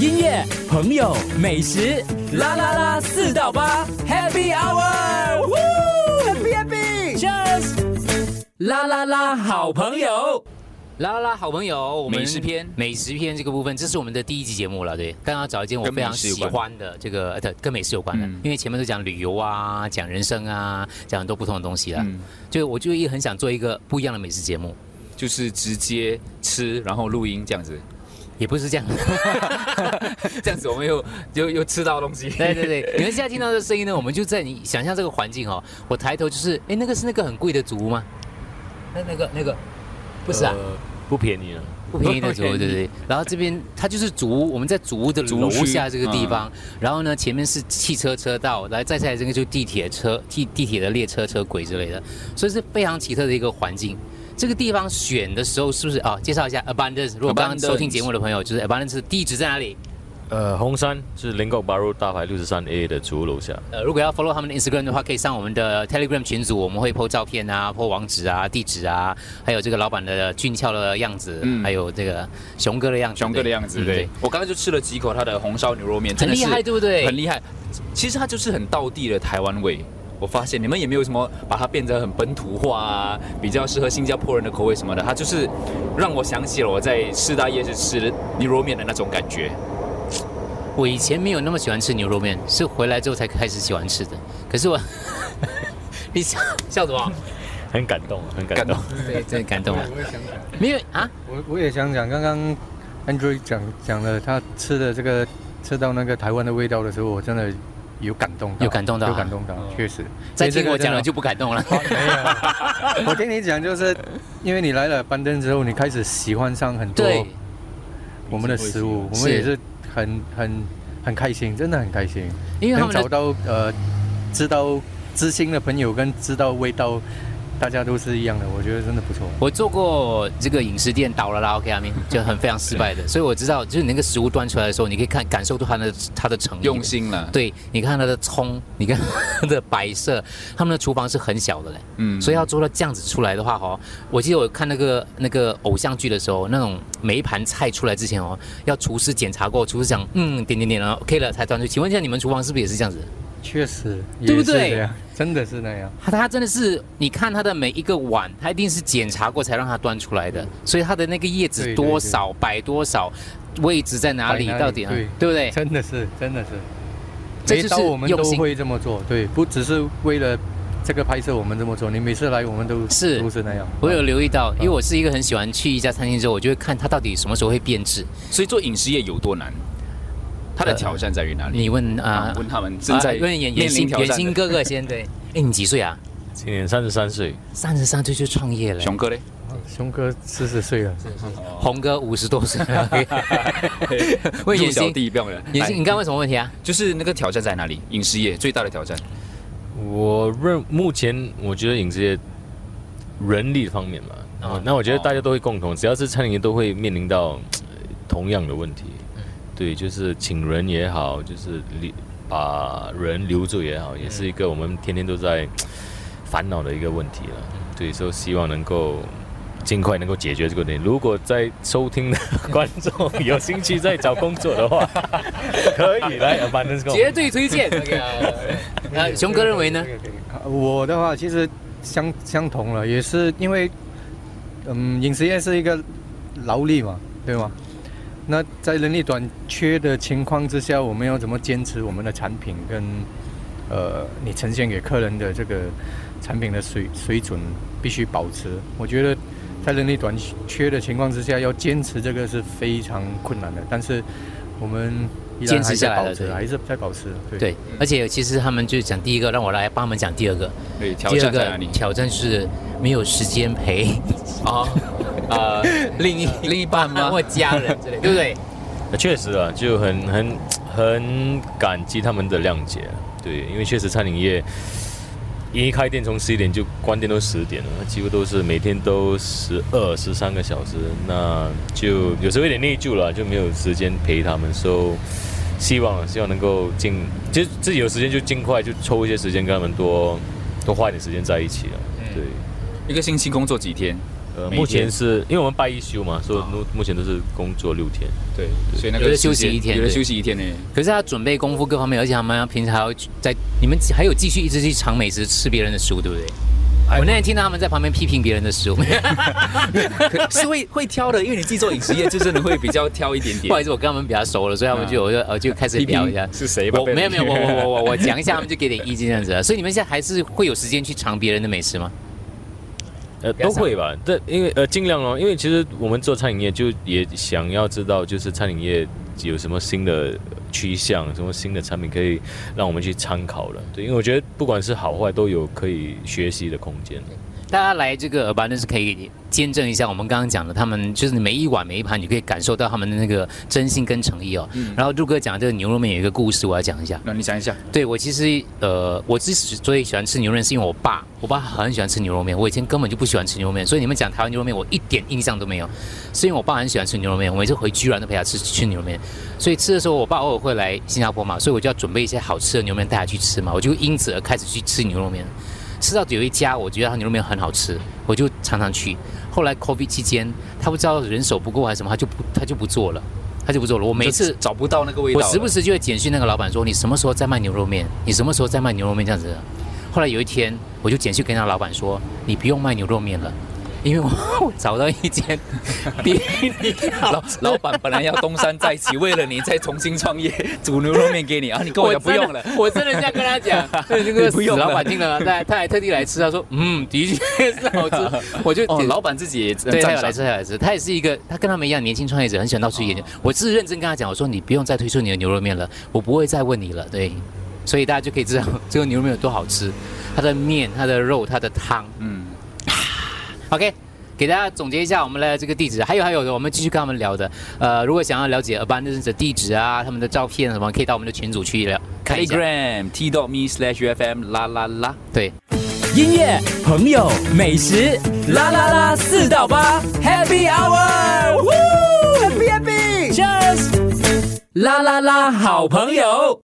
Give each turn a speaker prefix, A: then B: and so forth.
A: 音乐、朋友、美食，啦啦啦，四到八，Happy Hour，Happy Happy，Cheers，啦啦啦，好朋友。
B: 啦啦啦，好朋友，我们
C: 美食篇
B: 美食篇这个部分，这是我们的第一集节目了，对。刚刚找一间我
C: 跟
B: 非
C: 美
B: 常
C: 食有
B: 喜
C: 关
B: 欢的这个，呃，对跟美食有关的，
C: 嗯
B: 因为前面都讲旅游啊，讲人生啊，讲很多不同的东西了。
C: 嗯
B: 就我就也很想做一个不一样的美食节目，
C: 就是直接吃，然后录音这样子，
B: 也不 是这样。
C: 这样子我们又又又吃到东西。
B: 对对对，你们现在听到的声音呢，我们就在你想象这个环境哦。我抬头就是，哎，那个是那个很贵的竹屋吗？那那个那个，不是啊。
D: 呃不便
C: 啊
D: 宜了。
B: 不便宜的竹屋，
C: 不
B: 对
C: 便宜
B: 对 对。然后这边它就是竹屋，我们在竹屋的
C: 竹
B: 楼
C: 区
B: 下嗯这个地方，然后呢前面是汽车车道，来再下来这个就地铁车地地铁的列车车轨之类的，所以是非常奇特的一个环境。这个地方选的时候是不是啊？介绍一下 Abundance，如果刚刚收听节目的朋友，就是 Abundance 的地址在哪里？
D: 呃，红山是林口八路大牌六十三 A 的主楼下。
B: 呃，如果要 follow 他们的 Instagram 的话，可以上我们的 Telegram 群组，我们会 po 照片啊，po 网址啊、地址啊，还有这个老板的俊俏的样子，
C: 嗯
B: 还有这个熊哥的样子，
C: 熊哥的
B: 对
C: 样子，
B: 嗯
C: 对我刚刚就吃了几口他的红烧牛肉面，
B: 很
C: 真的
B: 厉
C: 是
B: 害，对不对？
C: 很厉害。其实它就是很道地的台湾味。我发现你们也没有什么把它变得很本土化啊，比较适合新加坡人的口味什么的，它就是让我想起了我在四大夜市吃的牛肉面的那种感觉。
B: 我以前没有那么喜欢吃牛肉面，是回来之后才开始喜欢吃的。可是我， 你笑笑什 么？
D: 很感动，很感动。
B: 对，真的感动了。
E: 我也想讲，
B: 没有啊，
E: 我我也想讲，刚刚 Andrew 讲讲了他吃的这个吃到那个台湾的味道的时候，我真的有感动到，
B: 有感动到啊
E: 有感动到，确实。
B: 再
E: 因为这
B: 听
E: 个
B: 我讲了
E: 真
B: 就不感动了。
E: 的哦没 有。我听你讲，就是因为你来了班登之后，你开始喜欢上很多
B: 对，
E: 我们的食物，我
B: 是
E: 们也是很很很开心，真的很开心，
B: 因为他
E: 能
B: 们
E: 找
B: 的
E: 到呃知道知心的朋友跟知道味道，大家都是一样的，我觉得真的不错。
B: 我做过这个饮食店倒了啦，OK 阿明就很非常失败的，所以我知道，就是你那个食物端出来的时候，你可以看感受到它的它的诚意的
C: 用心了，
B: 对，你看它的葱，你看它的摆设，他们的厨房是很小的嘞。
C: 嗯
B: 所以要做到这样子出来的话，哦，我记得我看那个那个偶像剧的时候，那种每一盘菜出来之前哦，要厨师检查过，厨师讲嗯点点点了，OK 了才端出去。请问一下，你们厨房是不是也是这样子？
E: 确实，
B: 对不
E: 也是
B: 对
E: 这样？真的是那样。
B: 他他真的是，你看他的每一个碗，他一定是检查过才让他端出来的，所以他的那个叶子
E: 对对
B: 多少摆多少，位置在哪里，
E: 摆哪里
B: 到底啊
E: 对
B: 对不对？
E: 真的是，真的是，
B: 这
E: 每
B: 就是
E: 一刀我们
B: 用
E: 都
B: 心
E: 会这么做，对，不只是为了这个拍摄我们这么做，你每次来我们都
B: 是
E: 都是那样。
B: 我有留意到，因为我是一个很喜欢去一家餐厅之后，我就会看它到底什么时候会变质。
C: 所以做饮食业有多难？它的挑战在于哪里？
B: 你问啊
C: 啊，，问他们正在
B: 啊问
C: 面
B: 严严
C: 临
B: 心
C: 挑
B: 严
C: 战
B: 心
C: 的。
B: 哥哥先对。哎，你几岁啊？
D: 今年三十三岁，
B: 三十三岁就创业了，
C: 熊哥嘞，
E: 啊熊哥四十岁了，
B: 红哥五十多岁了。
C: 入
B: 问严
C: 小
B: 心，
C: 弟哎不要了。
B: 严
C: 来
B: 心，你刚刚问什么问题啊？
C: 就是那个挑战在哪里？饮食业最大的挑战，
D: 我认目前我觉得影视业人力方面嘛，
B: 啊
D: 啊，那我觉得大家都会共同，只要是餐饮业都会面临到呃同样的问题。对，就是请人也好，就是留把人留住也好，也是一个我们天天都在呃烦恼的一个问题了。对，所以希望能够尽快能够解决这个问题。如果在收听的 观众有兴趣在找工作的话，可以来 Abundance 跟我们
B: 绝对推荐。啊，熊哥认为呢？
E: 啊我的话其实相相同了，也是因为，嗯，饮食业是一个劳力嘛，对吗？那在人力短缺的情况之下，我们要怎么坚持我们的产品跟呃你呈现给客人的这个产品的水水准必须保持？我觉得在人力短缺的情况之下，要坚持这个是非常困难的，但是我们依然
B: 坚持
E: 还在
B: 下来了
E: 保持
B: 对
E: 还是在保持，对。
B: 对，而且其实他们就讲第一个，让我来帮他们讲第二个。
C: 对，挑
B: 第二
C: 战在
B: 个
C: 哪里？
B: 挑战是没有时间陪
C: 啊， 呃，
B: 另一
C: 另一半 吗？
B: 或家人之类，对不对？
D: 确实啊，就很很很感激他们的谅解，啊对，因为确实餐饮业一开店从十一点就关店都十点了，几乎都是每天都十二十三个小时，那就有时候有点内疚了，就没有时间陪他们，so, 希望啊希望能够尽，就自己有时间就尽快就抽一些啊时间跟他们多多花一点时间在一起了，对。
C: 一个星期工作几天？
D: 呃，
C: 嗯每
D: 目
C: 天哦
D: 前是因为我们拜一休嘛，所以目目前都是工作六天。
C: 对，所以那
B: 有
C: 个
B: 的休息
C: 时间
B: 一天
C: 有的
B: 对
C: 休息一天呢。
B: 可是他准备功夫各方面，而且他们要平常还要去在你们还有继续一直去尝美食、吃别人的食物，对不对？
C: 哎
B: 我那天听到他们在旁边批评别人的食物，
C: 可是会会挑的，因为你自己做饮食业，就真的会比较挑一点
B: 不好意
C: 点。
B: 思，我跟他们比较熟了，所以他们就我就我就开始
C: 批评
B: 聊一下。
C: 啊 是谁吧？
B: 我没有没有我我我 我我讲一下，他们就给点意见这样子啊。所以你们现在还是会有时间去尝别人的美食吗？
D: 呃，
B: 比较
D: 都
B: 少
D: 会吧，但因为呃尽量咯，因为其实我们做餐饮业就也想要知道，就是餐饮业有什么新的趋向，什么新的产品可以让我们去参考了。对，因为我觉得不管是好坏，都有可以学习的空间。
B: 大家来这个呃 Abundance 可以见证一下我们刚刚讲的，他们就是每一碗每一盘，你可以感受到他们的那个真心跟诚意哦。
C: 嗯
B: 然后陆哥讲这个牛肉面有一个故事，我要讲一下。
C: 那你讲一下，
B: 对我其实呃，我之所以喜欢吃牛肉面，是因为我爸，我爸很喜欢吃牛肉面。我以前根本就不喜欢吃牛肉面，所以你们讲台湾牛肉面，我一点印象都没有。是因为我爸很喜欢吃牛肉面，我每次回居然都陪他吃吃牛肉面。所以吃的时候，我爸偶尔会来新加坡嘛，所以我就要准备一些好吃的牛肉面带他去吃嘛，我就因此而开始去吃牛肉面。吃到有一家，我觉得他牛肉面很好吃，我就常常去。后来 COVID 期间，他不知道人手不够还是什么，他就不他就不做了，他就不做了。我每次
C: 就找不到那个味道
B: 我
C: 了，
B: 时不时就会简讯那个老板说：“你什么时候在卖牛肉面？你什么时候在卖牛肉面？”这样子。后来有一天，我就简讯跟那个老板说：“你不用卖牛肉面了，因为我 我找到一间比你
C: 老
B: 好。
C: 老板本来要东山再起，为了你再重新创业，煮牛肉面给你啊！ 你跟 我
B: 我
C: 讲不用了，
B: 真的，我真的这样跟他 讲，对这个
C: 你不
B: 死
C: 用了
B: 老板听了，他他还特地来吃，他说：“嗯，的确是好吃。”我就
C: 哦，
B: 点
C: 老板自己也
B: 对，他
C: 赞
B: 有来
C: 赏
B: 吃，他有来吃，他也是一个，他跟他们一样年轻创业者，很喜欢到处
C: 嗯
B: 研究。我是认真跟他讲，我说你不用再推出你的牛肉面了，我不会再问你了。对，所以大家就可以知道 这个牛肉面有多好吃，它的面、它的肉、它的汤。
C: 嗯，
B: OK。给大家总结一下我们的这个地址，还有还有的，我们继续跟他们聊的。呃，如果想要了解 Abundance 的地址啊，他们的照片什么，可以到我们的群组去聊看一下。
C: Telegram t dot me slash ufm 啦啦啦。
B: 对，
A: 音乐、朋友、美食，啦啦啦，四到八，Happy Hour，Happy Happy，Cheers，啦啦啦，好朋友。